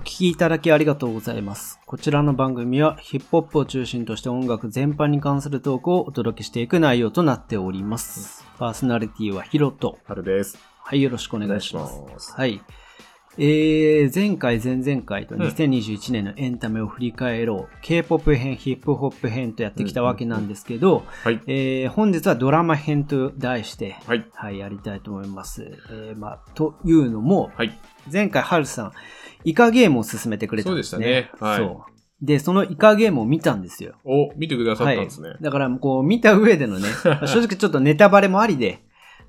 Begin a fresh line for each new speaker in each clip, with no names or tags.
聞きいただきありがとうございます。こちらの番組はヒップホップを中心とした音楽全般に関するトークをお届けしていく内容となっております。パーソナリティはヒロと、
春です。
はい、よろしくお願いします。
お願いします
はい。えー、前回、前々回と
うん
2021年のエンタメを振り返ろう、K-POP 編、ヒップホップ編とやってきたわけなんですけど、
はい。
えー本日はドラマ編と題して、
はい。
はい、やりたいと思います。えーまあ、というのも、
はい。
前回、ハルさん、イカゲームを勧めてくれたんですね。
そうでしたねはい
そうで、そのイカゲームを見たんですよ。
お、見てくださっ
は
たん
い
ですね。。
だから、こう、見た上で のね、まあ正直ちょっとネタバレもありで、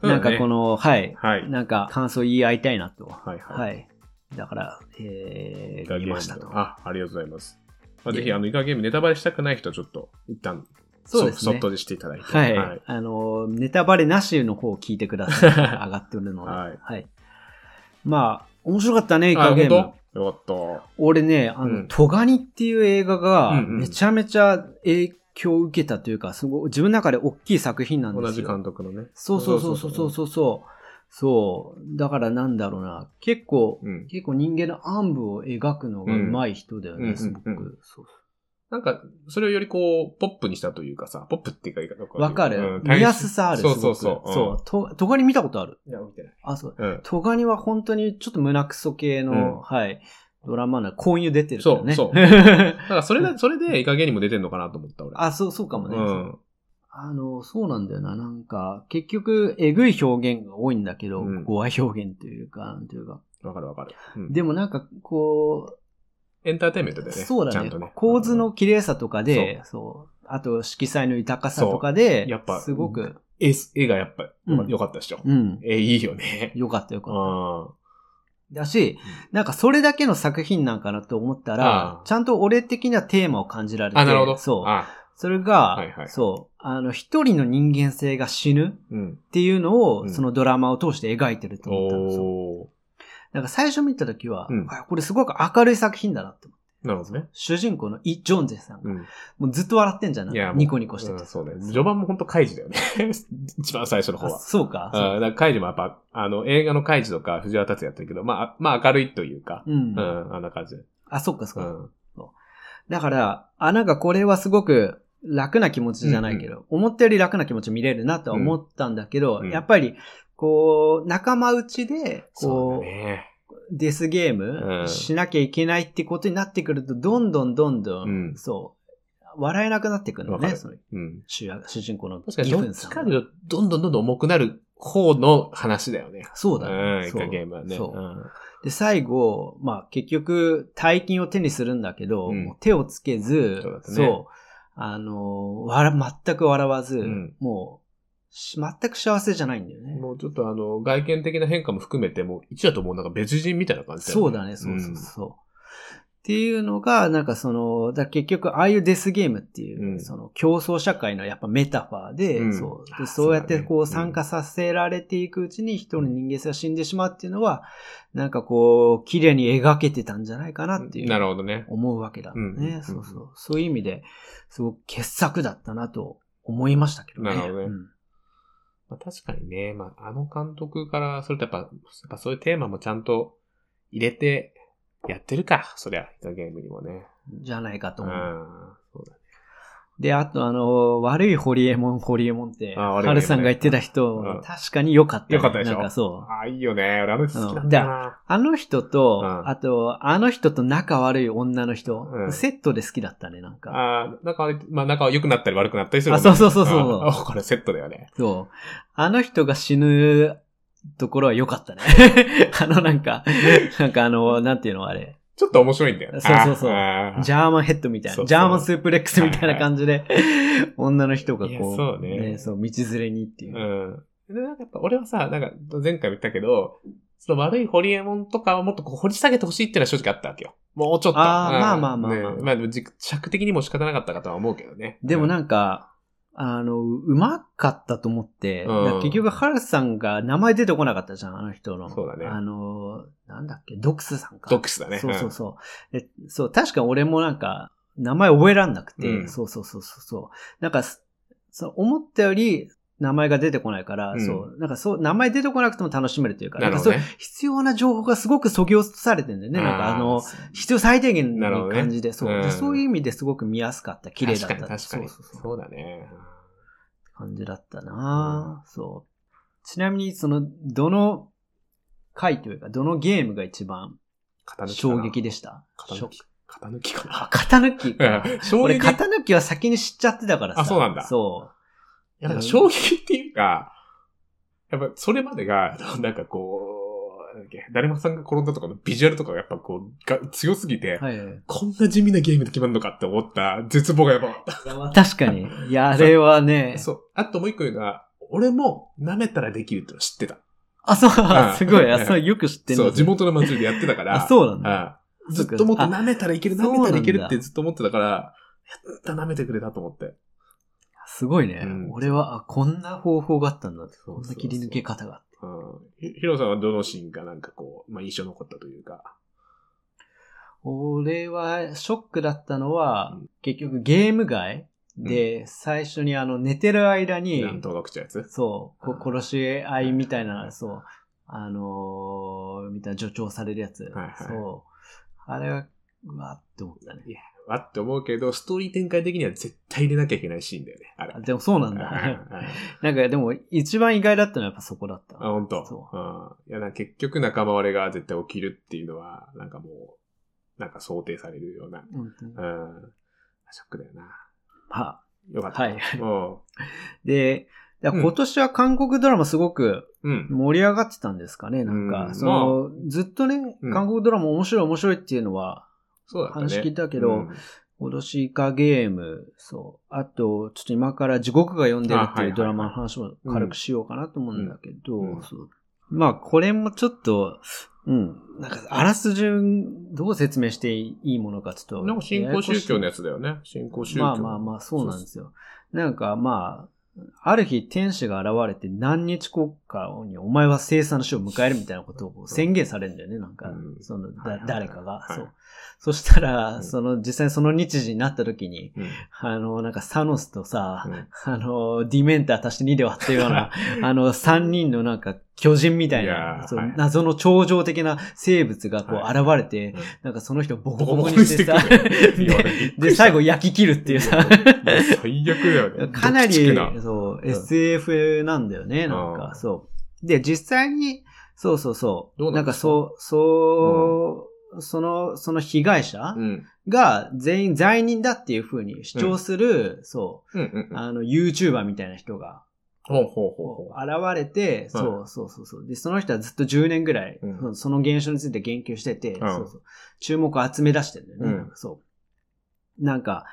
そうだ
な
ね
んかこの、はい、
はい。
なんか感想言い合いたいなと。
はい。。
はいい。だから、え
イカ
ー、見
ゲーム
ましたと。
あ、ありがとうございます。まあ、
いえ
ぜひ、あの、イカゲームネタバレしたくない人はちょっと、一旦、
そうです
そ
ね
っ。とでしていただいて。
はい。あの、ネタバレなしの方を聞いてください。上がってるので。
はい
まあ、面白かったね、イ
あ、
カゲ
本
ーム。
当よかっ
俺ね、あ
う
の、
ん
トガニっていう映画が、
うんうん
めちゃめちゃ影響を受けたというか、すごい、自分の中で大きい作品な
た。
んで
同
す
じ
よ。
監督のね。
そうそうそうそうそうそうそう。そう。だからなんだろうな。結構、
うん。
結構人間の暗部を描くのが上手い人だよ
うん
ね、すご
うんうんう
く。そう
なんか、それをよりこう、ポップにしたというかさ、ポップっていうか、
わかる、
うん
見やすさある。
そうそう
すご
そ
く
う。
そう。と、トガニ見たことある
うん。いや、見てない。
あ、そう。
うん。
トガニは本当にちょっと胸クソ系の、
うん
はい、ドラマな、混油出てるからね。
そうそうだから、それで、それで、イカゲームも出てんのかなと思った、俺。
あ、そう、そうかもね。
うん。
あの、そうなんだよな。なんか、結局、えぐい表現が多いんだけど、
うん
怖い表現というか、なんていうか。
わかるわかる。うん
でもなんか、こ
エンターテインメント
う、
でね。
そうだ
ちゃん
ね
とね。
構図の綺麗さとかで、そう。あと、色彩の豊かさとかで、
そうやっぱ
すごく、
絵す、絵がやっぱよか
うん
よかったでしょ。
うん。
絵いいよね。
よかったよかった。
あ
だし、なんかそれだけの作品なんかなと思ったら
あ、ー
ちゃんと俺的なテーマを感じられて、
あ、なるほど。
そう。
あ
それが、
はいはい
そう、あの、一人の人間性が死ぬ
うん。
っていうのを、
うん
そのドラマを通して描いてると思ったんですよ。
お
なんか最初見た時は、
うん
あこれすごく明るい作品だなって思って。
ーなるほどね。
主人公のイ・ジョンジェさんが、
うん。
もうずっと笑ってんじゃない
いや、もう
ニコニコしてて。
うんそうね。序盤も本当カイジだよね。 一番最初の方
あ
は。
そうか。
あだからカイジもやっぱ、あの、映画のカイジとか藤原達也やってるけど、まああ、まあ明るいというか、
う。
うんん、あんな感じで。
あ、そうか、そううか。
ん。
だから、あ、なんかこれはすごく楽な気持ちじゃないけど、思ったより楽な気持ち見れるなとは思ったんだけど、
うん
やっぱり、こう、仲間内で、
そうだ
こう、
ね。
デスゲー
う
ム
ん
しなきゃいけないってことになってくると、どんどんどんどん、
うん
そう、笑えなくなってくるの
わか
ね、
る
その
うん。
主役主人公の
確かに、
ギ
ど
フ
っ
ン
ち
さ
か
ん
に
は。
どどんどんどんどん重くなる方の話だよね。
そうだ
うん、
ね。
イ
そう
カゲームはね。
そう
うん
で、最後、まあ結局、大金を手にするんだけど、
うん
もう手をつけず、
そうだったね
そうあの、わら、全く笑わず、
ん
もうし、全く幸せじゃないんだよね。
もうちょっとあの、外見的な変化も含めて、もう一話ともうなんか別人みたいな感じ
そうだね、そうそうそう。っていうのが、なんかその、だ結局、ああいうデスゲームっていう、
うん
その競争社会のやっぱメタファーで、
うん
そうで
あ
そうやっ
そう
て
だね
こ
う
うん参加させられていくうちに一人の人間性が死んでしまうっていうのは、なんかこう、綺麗に描けてたんじゃないかなっていう。
なるほどね。
思うわけだね、
うんうん
そうそう。そういう意味で、すごく傑作だったなと思いましたけどね。
なるほどね
うん
まあ、確かにね、まあ、あの監督からするとやっぱ、やっぱそういうテーマもちゃんと入れてやってるか、そりゃ、イカゲームにもね。
じゃないかと
うん
思う。。
そうだね。
で、あと、あの、悪いホリエモン、ホリエモンって、
あ
ハ
悪い
ルさんが言ってた
う
人
ん、
確かに良かったね。
良かったでしょ
なんかそう。
ああ、いいよね。俺あの人好きなんだよな。
あの人と、
うん
あと、あの人と仲悪い女の人、
うん
セットで好きだったね、なんか。
ああ、なんかあれ、まあ、仲は良くなったり悪くなったりする
あ、
もん
そ
ね。
うそうそうそう
ああこれセットだよね。
そう。あの人が死ぬところは良かったね。 あの、なんか、なんかあの、なんていうのあれ。
ちょっと面白いんだよね。
そうそうそう
ああ
ジャーマンヘッドみたい
そ
な、
う
ジャーマンスープレックスみたいな感じで、女の人が
いや
こう、
そうね
そう、道連れにっていう。
うん。で、なんかやっぱ俺はさ、なんか前回も言ったけど、その悪いホリエモンとかはもっとこう掘り下げてほしいっていうのは正直あったわけよ。もうちょっと。
あー
うん
まあまあまあまあ
ねまあでも軸尺的にも仕方なかったかとは思うけどね。
でも
か、
なんか、あの、うまかったと思って、
うん
だから結局、原田さんが名前出てこなかったじゃん、あの人の。
そうだね
あの、なんだっけ、ドックスさんか。
ドックスだね。
そうそうそう。えそう、確か俺もなんか、名前覚えらんなくて、
うん
そうそうそうそうそう。なんか、すそう思ったより、名前が出てこないから、
うん
そう、なんかそう、名前出てこなくても楽しめるというか、
なる
んか
ほ
そ
ど
う、
ね。
必要な情報がすごく削ぎ落とされてるんだよね。なんかあの、必要最低限
なるほ
の
どね
感じで、そう、で
うん
そういう意味ですごく見やすかった、綺麗だった。
確かに確かに。
そうそうそう
そうだね。
感じだったな、ぁそう。ちなみに、その、どの回というか、どのゲームが一番
肩抜きかな
衝撃でした
肩抜き
しょ。
肩抜きか
あ
な。
型抜き。
衝
俺、
撃。
型抜きは先に知っちゃってたからさ。
あそうなんだ
そ
いやなんか衝撃っていうか、やっぱそれまでが、なんかこう、なんだっけだるまさんが転んだとかのビジュアルとかがやっぱこう、が強すぎて、
う。はい はい。
こんな地味なゲームで決まるのかって思った絶望がやばかっ
確かに。いや、あれはね
た。。そう。あともう一個言うのは、俺も舐めたらできるってのは知ってた。
あ、そう
うん、
すごい。あ、そう、よく知ってんだ
そう、地元の祭りでやってたから。
あ、そうなんだ。
うんずっと思って
あ
舐めたらいける、
そう
舐
なんだ
めたらいけるってずっと思ってたから、やった舐めてくれたと思って。
すごいね。
うん
俺は、あ、こんな方法があったんだ。
う
こんな切り抜け方があって。
うん。ヒロさんはどのシーンがなんかこう、まあ印象残ったというか。
俺は、ショックだったのは
う、
結局ゲーム外で、最初にあの、寝てる間に、
なんとか口のやつ
そう、こ
うん
殺し合いみたい
はいはいは
な、
い
そう、あのー、みたいな助長されるやつ。
はいはい
そう。あれは、うわって思ったね。
わって思うけど、ストーリー展開的には絶対入れなきゃいけないシーンだよね。あれ。
あでもそうなんだ。 なんかでも、一番意外だったのはやっぱそこだった。
あ、本当。。
そう
ん。いやな、結局仲間割れが絶対起きるっていうのは、なんかもう、なんか想定されるような。
本当に
う
ま
ん。ショックだよな。
あ、
よかった。
はい
い。
で、いや
うん
今年は韓国ドラマすごく
うん。
盛り上がってたんですかね、なん
う
か。
ん
その、ずっとね
うん、
韓国ドラマ面白い面白いっていうのは、
そうだったね。
話聞いたけ
う
ど
ん、
脅しイカゲーム、そう。あと、ちょっと今から地獄が読んでるって
あはい
い
はいは
う
い
ドラマの話も軽くしようかなと思うんだけど、
うんうん
そうまあ、これもちょっと、うん、なんか、あらすじどう説明していいものかちょっと。
なんか新興宗教
や
の
や
やつだよね。新興
こし
宗
い
教。
まあまあまあ、そうなんですよ。なんか、まあ、ある日天使が現れて何日国家にお前は生産の死を迎えるみたいなことを宣言されるんだよね、なんか
うん、
その、
はいはい
だ
はい
誰かが。
はい
そう。そした
う
ら、
ん
その、実際その日時になった時に、
うん。
あの、なんかサノスとさ、
うん
あの、ディメンター足して2で割ったよう な、あの、3人のなんか巨人みたい
いや
な
ー、
そう
はい
謎の超常的な生物がこう
はい
現れて、
うん
なんかその人をボコ
ボコ
ボ
ボ
コ
コ
に
にし
してて
く
さ、
る。いや俺び っ
で
く
で、
りした
最後焼き切るっていうさ、
最悪だよ ね。
かなり、
どっちつくな
そうう、
ん
SF なんだよね、なん
う
か、
ん
そう。で、実際に、そうそうそう、
どうな
なんん
で
か
すか
そう、そう、その、その被害者
うん。
が全員罪人だっていう風に主張する、そう、
うんうんうん。
あの、YouTuber みたいな人が、
ほうほうほうほ
こう現れて、そうそうそうそう。で、その人はずっと10年ぐらい、
うん
そのその現象について言及してて、
ん
そうそう。注目を集め出してるんだよね。
うん
なんかそう。なんか、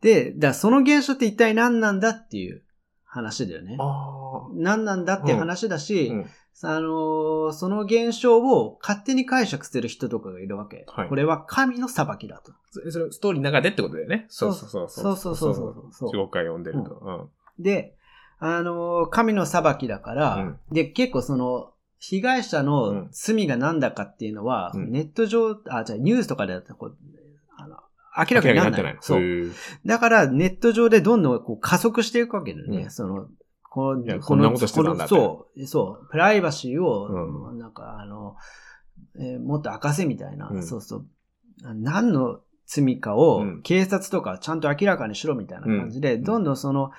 で、だからその現象って一体何なんだっていう話だよね
う。。あ
何なんだっていう話だし、
あ。うん。
あのーその現象を勝手に解釈する人とかがいるわけ。
はい
これは神の裁きだと。
そそれ、ストーリーの中でってことだよね。そうそうそう。
そうそうそうそうそう
地獄から読んでると。
で、あのー神の裁きだから、
うん
で、結構その、被害者の罪が何だかっていうのは、
うん
ネット上、あ、じゃあニュースとかでこう、あの、
明
明らかにな
ら
ら
に
ない。
そ
そうう。
いう。
だから、ネット上でどんどんこう加速していくわけだよね。
うん
その、こ
いや
の、
こんなことしてたんだって
そう、そう、プライバシーを、
う
なんかあの、えーもっと明かせみたいな、
うん
そうそう、何の罪かを
うん
警察とかちゃんと明らかにしろみたいな感じで、
ん
どんどんその、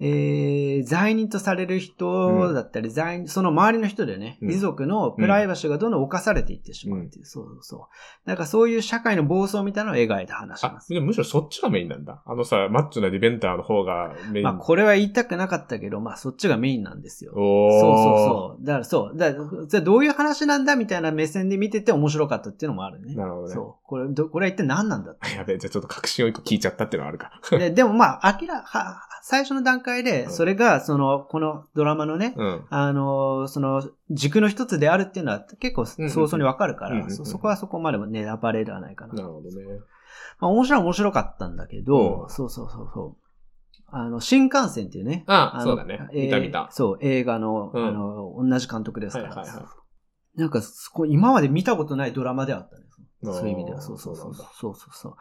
えー罪人とされる人だったり、罪人、その周りの人でね、
うん
遺族のプライバシーがどんどん侵されていってしまうっていう、そうそう。なんかそういう社会の暴走みたいなのを描いた話なんで
あ
す、。
でもむしろそっちがメインなんだ。あのさ、マッチョなディベンターの方がメイン。
まあ、これは言いたくなかったけど、まあ、そっちがメインなんですよ。そう
お
そ
ー。
うそう。だからそう。だからじゃあどういう話なんだみたいな目線で見てて面白かったっていうのもあるね。
なるほどね
そう。これ、どこれは一体何なんだっ
やべえ、じゃあちょっと確信を一個聞いちゃったっていうのはあるか。
て。ででもまあ、明ら、は、最初の段階
う
で、
ん
それが、その、このドラマのね、
うん。
あのー、その、軸の一つであるっていうのは結構
うんうん
早々にわかるか
うんうんう
ら、
ん
そそこはそこまでもネタバレではないかな。
なるほどね。
まあ、面白いは面白かったんだけど、
うん
そうそうそうそう。あの、新幹線っていうね。
あ
の
そうだね
えー
見た見た
そう、映画の、
うん
あの、同じ監督ですから。
はいはいは
なんか、そこ、今まで見たことないドラマであったね。
あー
そういう意味では。そうそうそう。
そうなんだ
そうそうそう。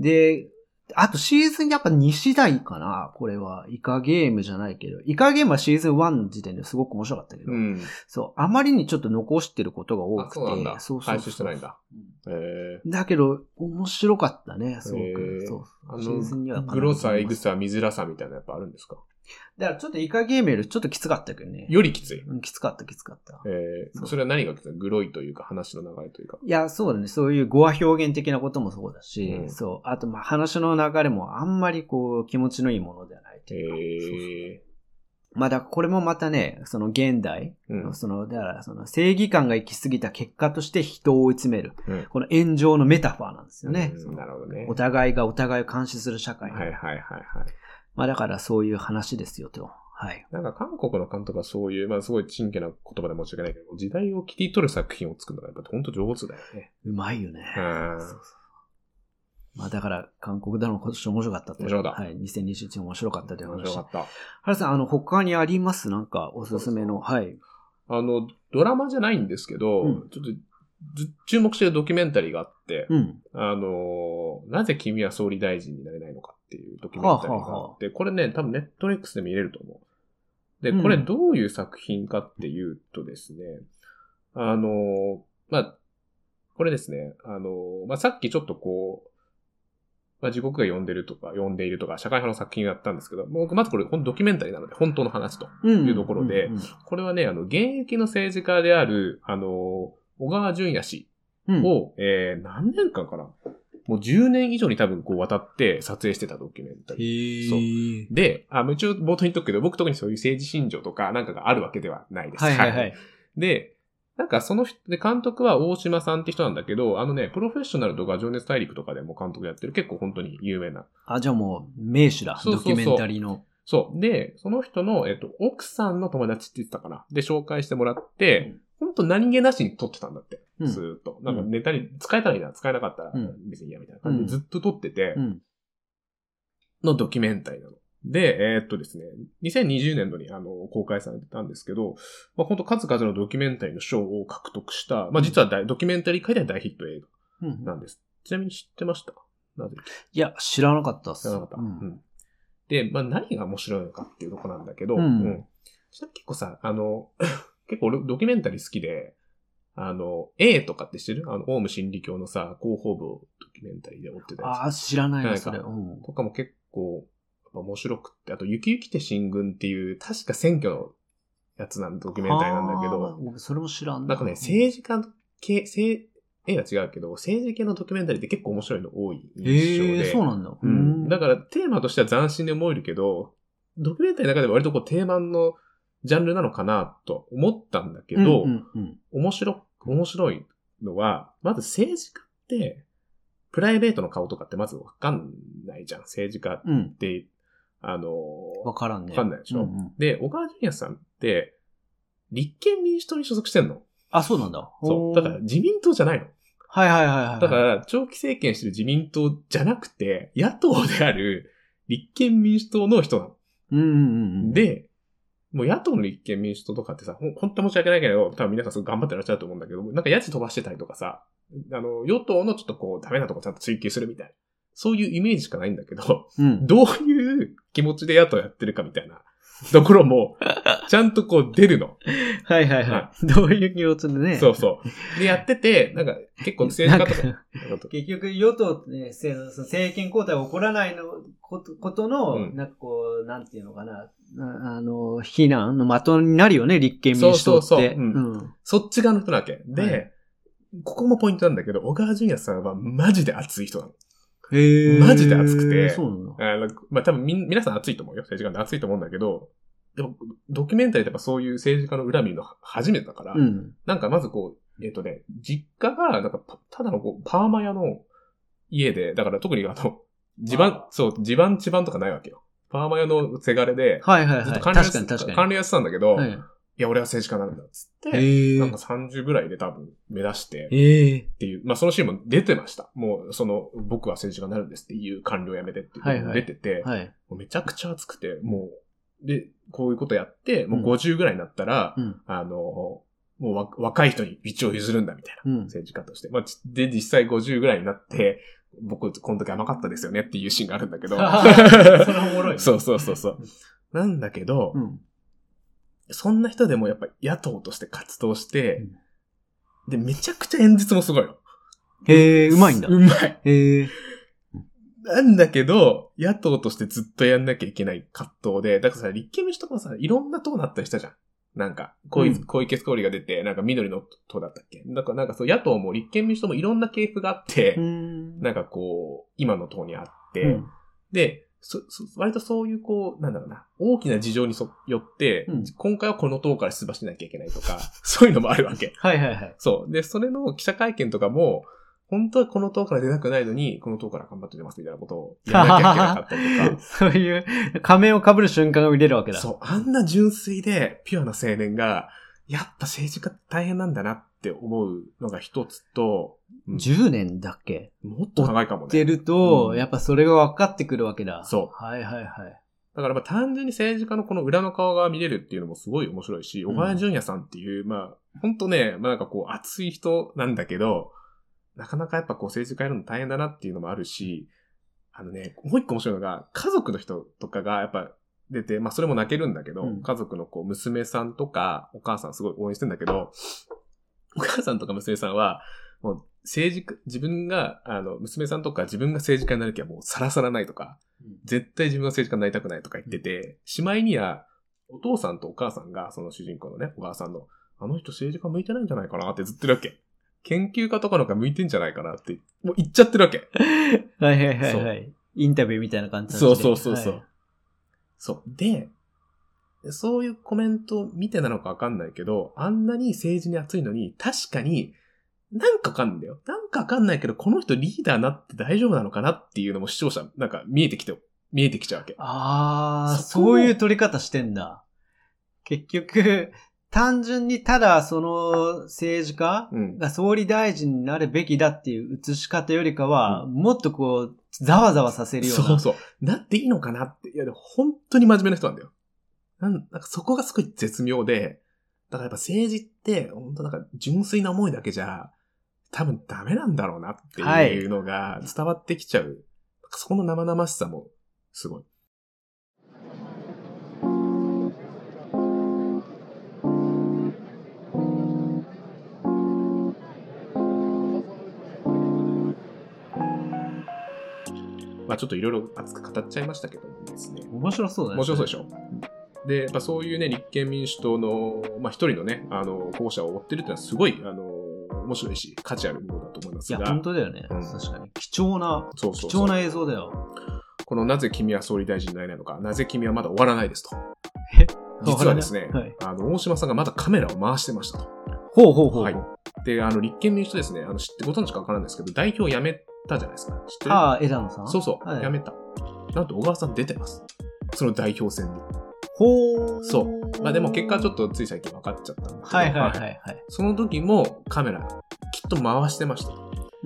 で、あとシーズンやっぱ2次第かなこれは。イカゲームじゃないけど。イカゲームはシーズン1の時点ですごく面白かったけど。
うん。
そう。あまりにちょっと残してることが多
あ、
くて。
そうなんだ。
そうそう
回
そう
収してないんだ。へえ。
だけど、面白かったね、すご
へ
く。
ー
そう
あ
シーズンには
の、
必ず
グロさ、エグさ、見づらさみたいなやっぱあるんですか
だからちょっとイカゲームよりちょっときつかったけどね。
よりきつい。
うんきつかった、きつかった。
え
そ
ー、
う
それは何が来たグロいというか話の流れというか。
いや、そうだね。そういう語話表現的なこともそうだし、
うん
そう。あと、まあ、話の流れもあんまりこう、気持ちのいいものではないと
え
いうか。
ー、
そうまあ、だからこれもまたね、その現代
うん。
その、だから、その正義感が行き過ぎた結果として人を追い詰める。
うん
この炎上のメタファーなんですよね。
うん
その
なるほどね。
お互いがお互いを監視する社会。
はいはいはいはい。
まあ、だからそういう話ですよ、と。はい。
なんか韓国の監督はそういう、まあすごい珍気な言葉で申し訳ないけど、時代を切り取る作品を作るのがやっぱ本当上手だよね。
うまいよね。
う ん
そうそうまあ、だから、韓国ドラマ今年面白かったという
面白かった
はい。2021面白かったという
面白
話
か。った。
原さん、あの、他にありますなんか、おすすめの。はい。
あの、ドラマじゃないんですけど、
うん
ちょっとず注目してるドキュメンタリーがあって、
うん。
あの、なぜ君は総理大臣になれないのかっていうドキュメンタリーがあって、これね、多分ネットレックスで見れると思う。で、
うん
これどういう作品かっていうとですね、あの、まあ、これですね、あの、まあ、さっきちょっとこう、まあ、地獄が呼んでるとか、呼んでいるとか、社会派の作品をやったんですけど、僕、まずこれ、ほんドキュメンタリーなので、本当の話と。
うん。
いうところで
うん
これはね、あの、現役の政治家である、あの、小川淳也氏
うん。うん
を、えー、何年間かなもう10年以上に多分こう渡って撮影してたドキュメンタ
へ
リー。
ー。
で、あ、もう一応冒頭に言っとくけど、僕特にそういう政治信条とかなんかがあるわけではないです。
はいはいはい。
で、なんかその人、で、監督は大島さんって人なんだけど、あのね、プロフェッショナルとか情熱大陸とかでも監督やってる結構本当に有名な。
あ、じゃあもう、名手だ。
そう
ド
そうそ
キ
う
ュメンタリーの。
そう。で、その人の、えっと、奥さんの友達って言ってたかな。で、紹介してもらって、本当何気なしに撮ってたんだって。
うん
ずーっと。なんかネタに、使えたらいいな、使えなかったら
うん
別にいいや、みたいな感じ
うん
でずっと撮ってて、
うん。
のドキュメンタリーなの。で、えーっとですね、2020年度にあの公開されてたんですけど、まあ、本当数々のドキュメンタリーの賞を獲得した、まあ実は大ドキュメンタリー界では大ヒット映
うんうん
画なんです。ちなみに知ってましたなぜ
いや、知らなかったっ
知
す。
らなかった。
う
うんんで、まあ何が面白いのかっていうとこなんだけど、
うん
ちなみに結構さ、あの、 結構俺ドキュメンタリー好きで、あの、A とかって知ってるあの、オウム真理教のさ、広報部をドキュメンタリーで追ってたやつ
ああ、知らないな、
なんか
それ。うん。
とかも結構、やっぱ面白くって、あと、ゆきゆきて進軍っていう、確か選挙のやつなん、ドキュメンタリーなんだけ
あー
ど、
僕それも知らん
なんかね、政治家系、政、絵が違うけど、政治系のドキュメンタリーって結構面白いの多い印象で。
ええ、そうなんだ。
うんだから、テーマとしては斬新で思えるけど、ドキュメンタリーの中では割とこう定番のジャンルなのかなと思ったんだけ
うん
ど、
うんうん
面白、面白いのは、まず政治家って、プライベートの顔とかってまずわかんないじゃん。政治家っ
うん。
て、あのー
わからんね。
わかんないでしょ
うんうん
で、小川淳也さんって、立憲民主党に所属してんの。
あ、そうなんだ。
そ
お
う。
ー
だから、自民党じゃないの。
はいはいはいはい。
だから、長期政権してる自民党じゃなくて、野党である立憲民主党の人なの。
うんうんうん。、
で、もう野党の立憲民主党とかってさ、ほんほんと申し訳ないけど、多分皆さんすごい頑張ってらっしゃると思うんだけど、なんかやじ飛ばしてたりとかさ、あの、与党のちょっとこう、ダメなとこちゃんと追求するみたいな。そういうイメージしかないんだけど、
うん。
どういう気持ちで野党やってるかみたいな ところも、ちゃんとこう出 るの。
はいはいは。
はい
どういう気持ちでね。
そうそう。で、やってて、なんか結構政治家と
なん
か
か。結局、与党ね、政その政権交代が起こらないのことことの、
うん
なんかこう、なんていうのかな、なあの、非難の的になるよね、立憲民主党って。
そうそうそううん
ん
そっち側の人なわけ。で、
は
ここもポイントなんだけど、小川淳也さんはマジで熱い人なの。
へー
マジで熱くて
そうなんだ。
あのまあ多分みん、皆さん熱いと思うよ。政治家って熱いと思うんだけど、でも、ドキュメンタリーってやっぱそういう政治家の恨みの初めてだから、
うん。
なんかまずこう、えっ、とね、実家が、なんかパ、ただのこう、パーマ屋の家で、だから特にあの、地盤、そう、地盤地盤とかないわけよ。パーマ屋のせがれで、
はいはい
ずっ
はい。確
と管理をし
かに確かに。
管理をしてたんだけど、い、
は
や、俺は政治家なんだ、つっ
い。
て、
へ
なんか
ー
30ぐらいで多分目指して、
へえ。
っていう、まあそのシーンも出てました。もう、その、僕は政治家になるんですっていう官僚辞めてっていう
はい
の
は
も
い
出てて、
はい。
もうめちゃくちゃ熱くて、もう、で、こういうことやって、も
ん
う50ぐらいになったら、
うん。
あの、もうわ若い人に道を譲るんだみたいな、
うん。
政治家として。まあ、ちで、実際50ぐらいになって、僕、この時甘かったですよねっていうシーンがあるん だけ。ど
それおもろいね
そうそうそうそう。なんだけど、
うん。
そんな人でもやっぱ野党として活動して
うん、
で、めちゃくちゃ演説もすごいの。
へえ、うまいんだ。
うまい。
へえ。
なんだけど、野党としてずっとやんなきゃいけない葛藤で、だからさ、立憲民主とかもさ、いろんな党なったりしたじゃん。なんか、小
うん
池小池総理が出て、なんか緑の党だったっけだからなんかそう、野党も立憲民主党もいろんな系譜があって、
うん。
なんかこう、今の党にあって、
うん
で、そ、そ、割とそういうこう、なんだろうな、大きな事情にそよって、
うん
今回はこの党から出馬しなきゃいけないとか、そういうのもあるわけ。
はいはいはい。
そう。で、それの記者会見とかも、本当はこの党から出たくないのに、この党から頑張って出ますみたいなことをやらなきゃいけなかったりと
そういう、仮面を被る瞬間が見れるわけ
か。
だ。
そう。あんな純粋でピュアな青年が、やっぱ政治家大変なんだなって思うのが一つと、うん
10年だっけ
もっと長いかも
って
ね。
ると、
うん
やっぱそれが分かってくるわけだ。。
そう
はいはいはい。
だからまあ単純に政治家のこの裏の顔が見れるっていうのもすごい面白いし、
うん
小川淳也さんっていう、まあ、ほんとね、まあなんかこう熱い人なんだけど、なかなかやっぱこう政治家やるの大変だなっていうのもあるし、あのね、もう一個面白いのが、家族の人とかがやっぱ出て、まあそれも泣けるんだけど、
うん
家族のこう娘さんとかお母さんすごい応援してんだけど、 お母さんとか娘さんは、もう政治家、自分が、あの、娘さんとか自分が政治家になる気はもうさらさらないとか、絶対自分が政治家になりたくないとか言ってて、しまいには、お父さんとお母さんが、その主人公のね、小川さんの、あの人政治家向いてないんじゃないかなってずっと言ってるわけ。研究家とかの方が向いてんじゃないかなって、もう言っちゃってるわけ。
はいはいはいはい。インタビューみたいな感じなんで
そうそうそうそう。
はい
そう。で、そういうコメントを見てなのかわかんないけど、あんなに政治に熱いのに、確かに、なんかわかんないんだよ。なんかわかんないけど、この人リーダーになって大丈夫なのかなっていうのも視聴者、なんか見えてきて、見えてきちゃうわけ。
あー、
そこを
そういう取り方してんだ。結局、単純にただその政治家
うん。
が総理大臣になるべきだっていう映し方よりかは、もっとこう、ざわざわさせるような。
そうそう。なっていいのかなって。いや、でも本当に真面目な人なんだよ。なんなんかそこがすごい絶妙で、だからやっぱ政治って、本当なんか純粋な思いだけじゃ、多分ダメなんだろうなっていうのが伝わってきちゃう。なんかそこの生々しさもすごい。まあちょっといろいろ熱く語っちゃいましたけどもですね。
面白そうだね。
面白そうでしょ。で、やっぱそういうね、立憲民主党の、まあ、一人のね、あの、候補者を追ってるってのはすごい、あの、面白いし、価値あるものだと思います
い
が、
や、本当だよね。
うん
確かに。貴重な、
そうそ
貴
うそう
重な映像だよ。
このなぜ君は総理大臣になれないのか、なぜ君はまだ終わらないですと
え。
実はです
終
ね、
わらない
あの、大島さんがまだカメラを回してましたと。
ほうほうほう。
はい。で、あの、立憲民主党ですね、あの、知ってご存知かわからないですけど、代表を辞めたじゃないですか。知ってる
ああ、枝野さん
そうそう、
はい
辞めた。なんと小川さん出てます。その代表選に。
ほう。
そまあでも結果はちょっ
と。
とつい最近分かっちゃったんだけど。
はいはいはいはい。
その時もカメラ、きっと回してました。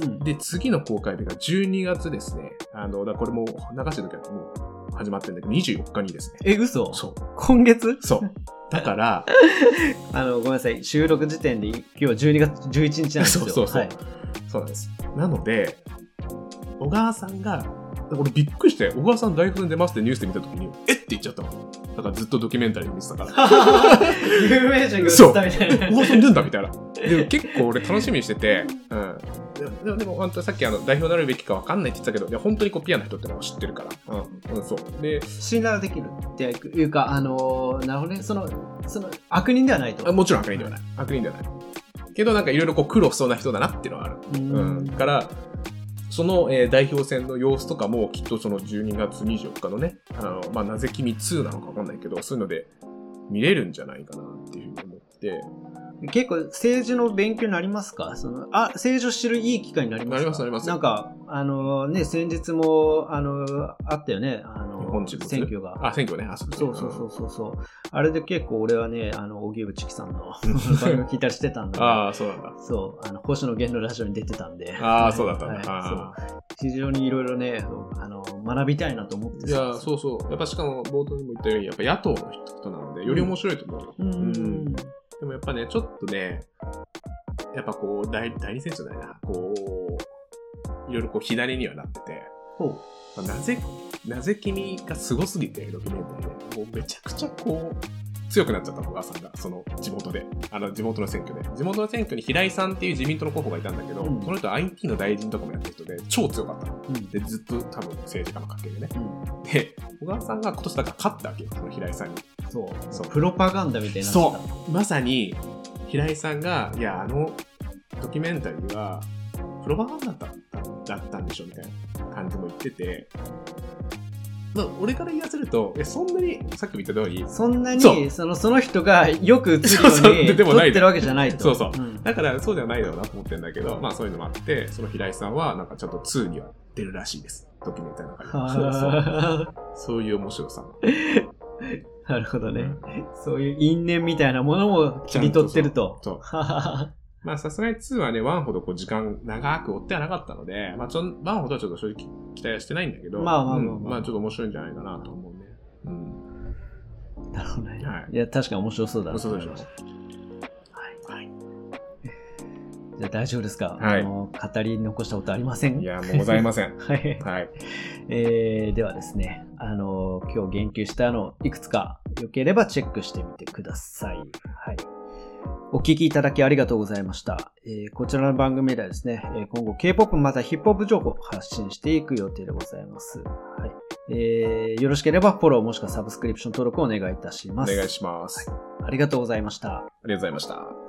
うん。
で、次の公開日が12月ですね。あの、だからこれも流してる時はもう始まってるんだけど、24日にですね。
え、嘘
そう。
今月
そう。だから、
あの、ごめんなさい。収録時点で、今日は12月11日なんですよ。
そうそうそう
はい
そうなんです。なので、小川さんが、俺びっくりして、小川さん代表に出ますってニュースで見た時に、えって言っちゃったの。だからずっとドキュメンタリーを見てたから。
有名人が映ったみたいな。
小川さん出るんだみたいな。で結構俺楽しみにしてて、うん。でもでもでも、本当にさっきあの代表になるべきか分かんないって言ってたけど、いや本当にこうピアノ人ってのは知ってるから。うん、うん、そう。で、
信頼はできるっていうか、あのーなるほどね。その、その、悪人ではないと。
あもちろん悪人ではない。悪人ではない。けどなんかいろいろこう苦労しそうな人だなっていうのはある。
う
うん。
ん。
から、その、えー代表戦の様子とかもきっとその12月24日のね、あの、まあ、なぜ君2なのかわかんないけど、そういうので見れるんじゃないかなっていうふうに思って、
結構、政治の勉強になりますかその、あ、政治を知るいい機会になりますか
なりますなります
なんか、あのーね、先日も、あのーあったよね。あのー
日本人とす
選
る
挙が。
あ、選挙ね、あ、そう
そうそうそううそうそう。あれで結構俺はね、あの、荻上チキさんの番 組聞いたりしてたんだ
ん。
けど、
ああ、そうなんだ。
そう、あの、星野源のラジオに出てたんで、
ああ、そうだったんだ。
はい
あー
非常にいろいろね、そうあの、学びたいなと思って
いやー、そうそう。やっぱしかも冒頭にも言ったように、やっぱ野党の人なので、より面白いと思うよ。
う。うん。
でもやっぱね、ちょっとね、やっぱこう、代代理戦じゃないな、こう、いろいろこう左にはなってて、
ほう。
まあなぜ、なぜ君がすごすぎて、ドキュメンタリーで、もうめちゃくちゃこう、強くなっちゃったの、小川さんが、その地元で、あの地元の選挙で。地元の選挙に平井さんっていう自民党の候補がいたんだけど、
うん
この人は IT の大臣とかもやってる人で、超強かったの。
うん。
で、ずっと多分政治家の関係でね。
うん
で、小川さんが今年だから勝ったわけよ、その平井さんに。
そう。
そう
プロパガンダみたいになってた。
そうまさに平井さんが「いやあのドキュメンタリーはプロパガンダだっただったんでしょ」みたいな感じも言ってて、まあ、俺から言わせるといやそんなにさっきも言った通り
そんなに
そう
そのその人がよく映る
そうそう
ように
ででもな
撮
い
ってるわけじゃないと。
そうそうんだからそうではないだろうなと思ってるんだけど、まあそういうのもあってその平井さんはなんかちゃんと2には出るらしいですドキュメンタリーの中にそう
あ
そういう面白さも
ー なるほど
う
ね
ん。
そういう因縁みたいなものも切り取ってると。
そう
はは は
まあ、さすがに2はね、1ほどこう時間長く追ってはなかったので、まあ、ちょ1ほどはちょっと正直期待はしてないんだけど、
まあまあまあまあ
うんまあ、ちょっと面白いんじゃないかなと思うね。うん。
なるほどね。
はい
いや、確かに面白そうだな
面
と思
白い
い
で
まし
したょ。はい。
じゃあ大丈夫ですか、
はい
あの語り残したことありません
いや、もうございません。
はい。
はい。
えーではですね、あの今日言及したのいくつかよければチェックしてみてください。はい。お聞きいただきありがとうございました。えーこちらの番組ではですね、えー今後 K-POP またヒップホップ情報を発信していく予定でございます。はい。えーよろしければフォローもしくはサブスクリプション登録をお願いいたし
お
ます。
願いします。あ
ありがとうございました。
りがとうございました。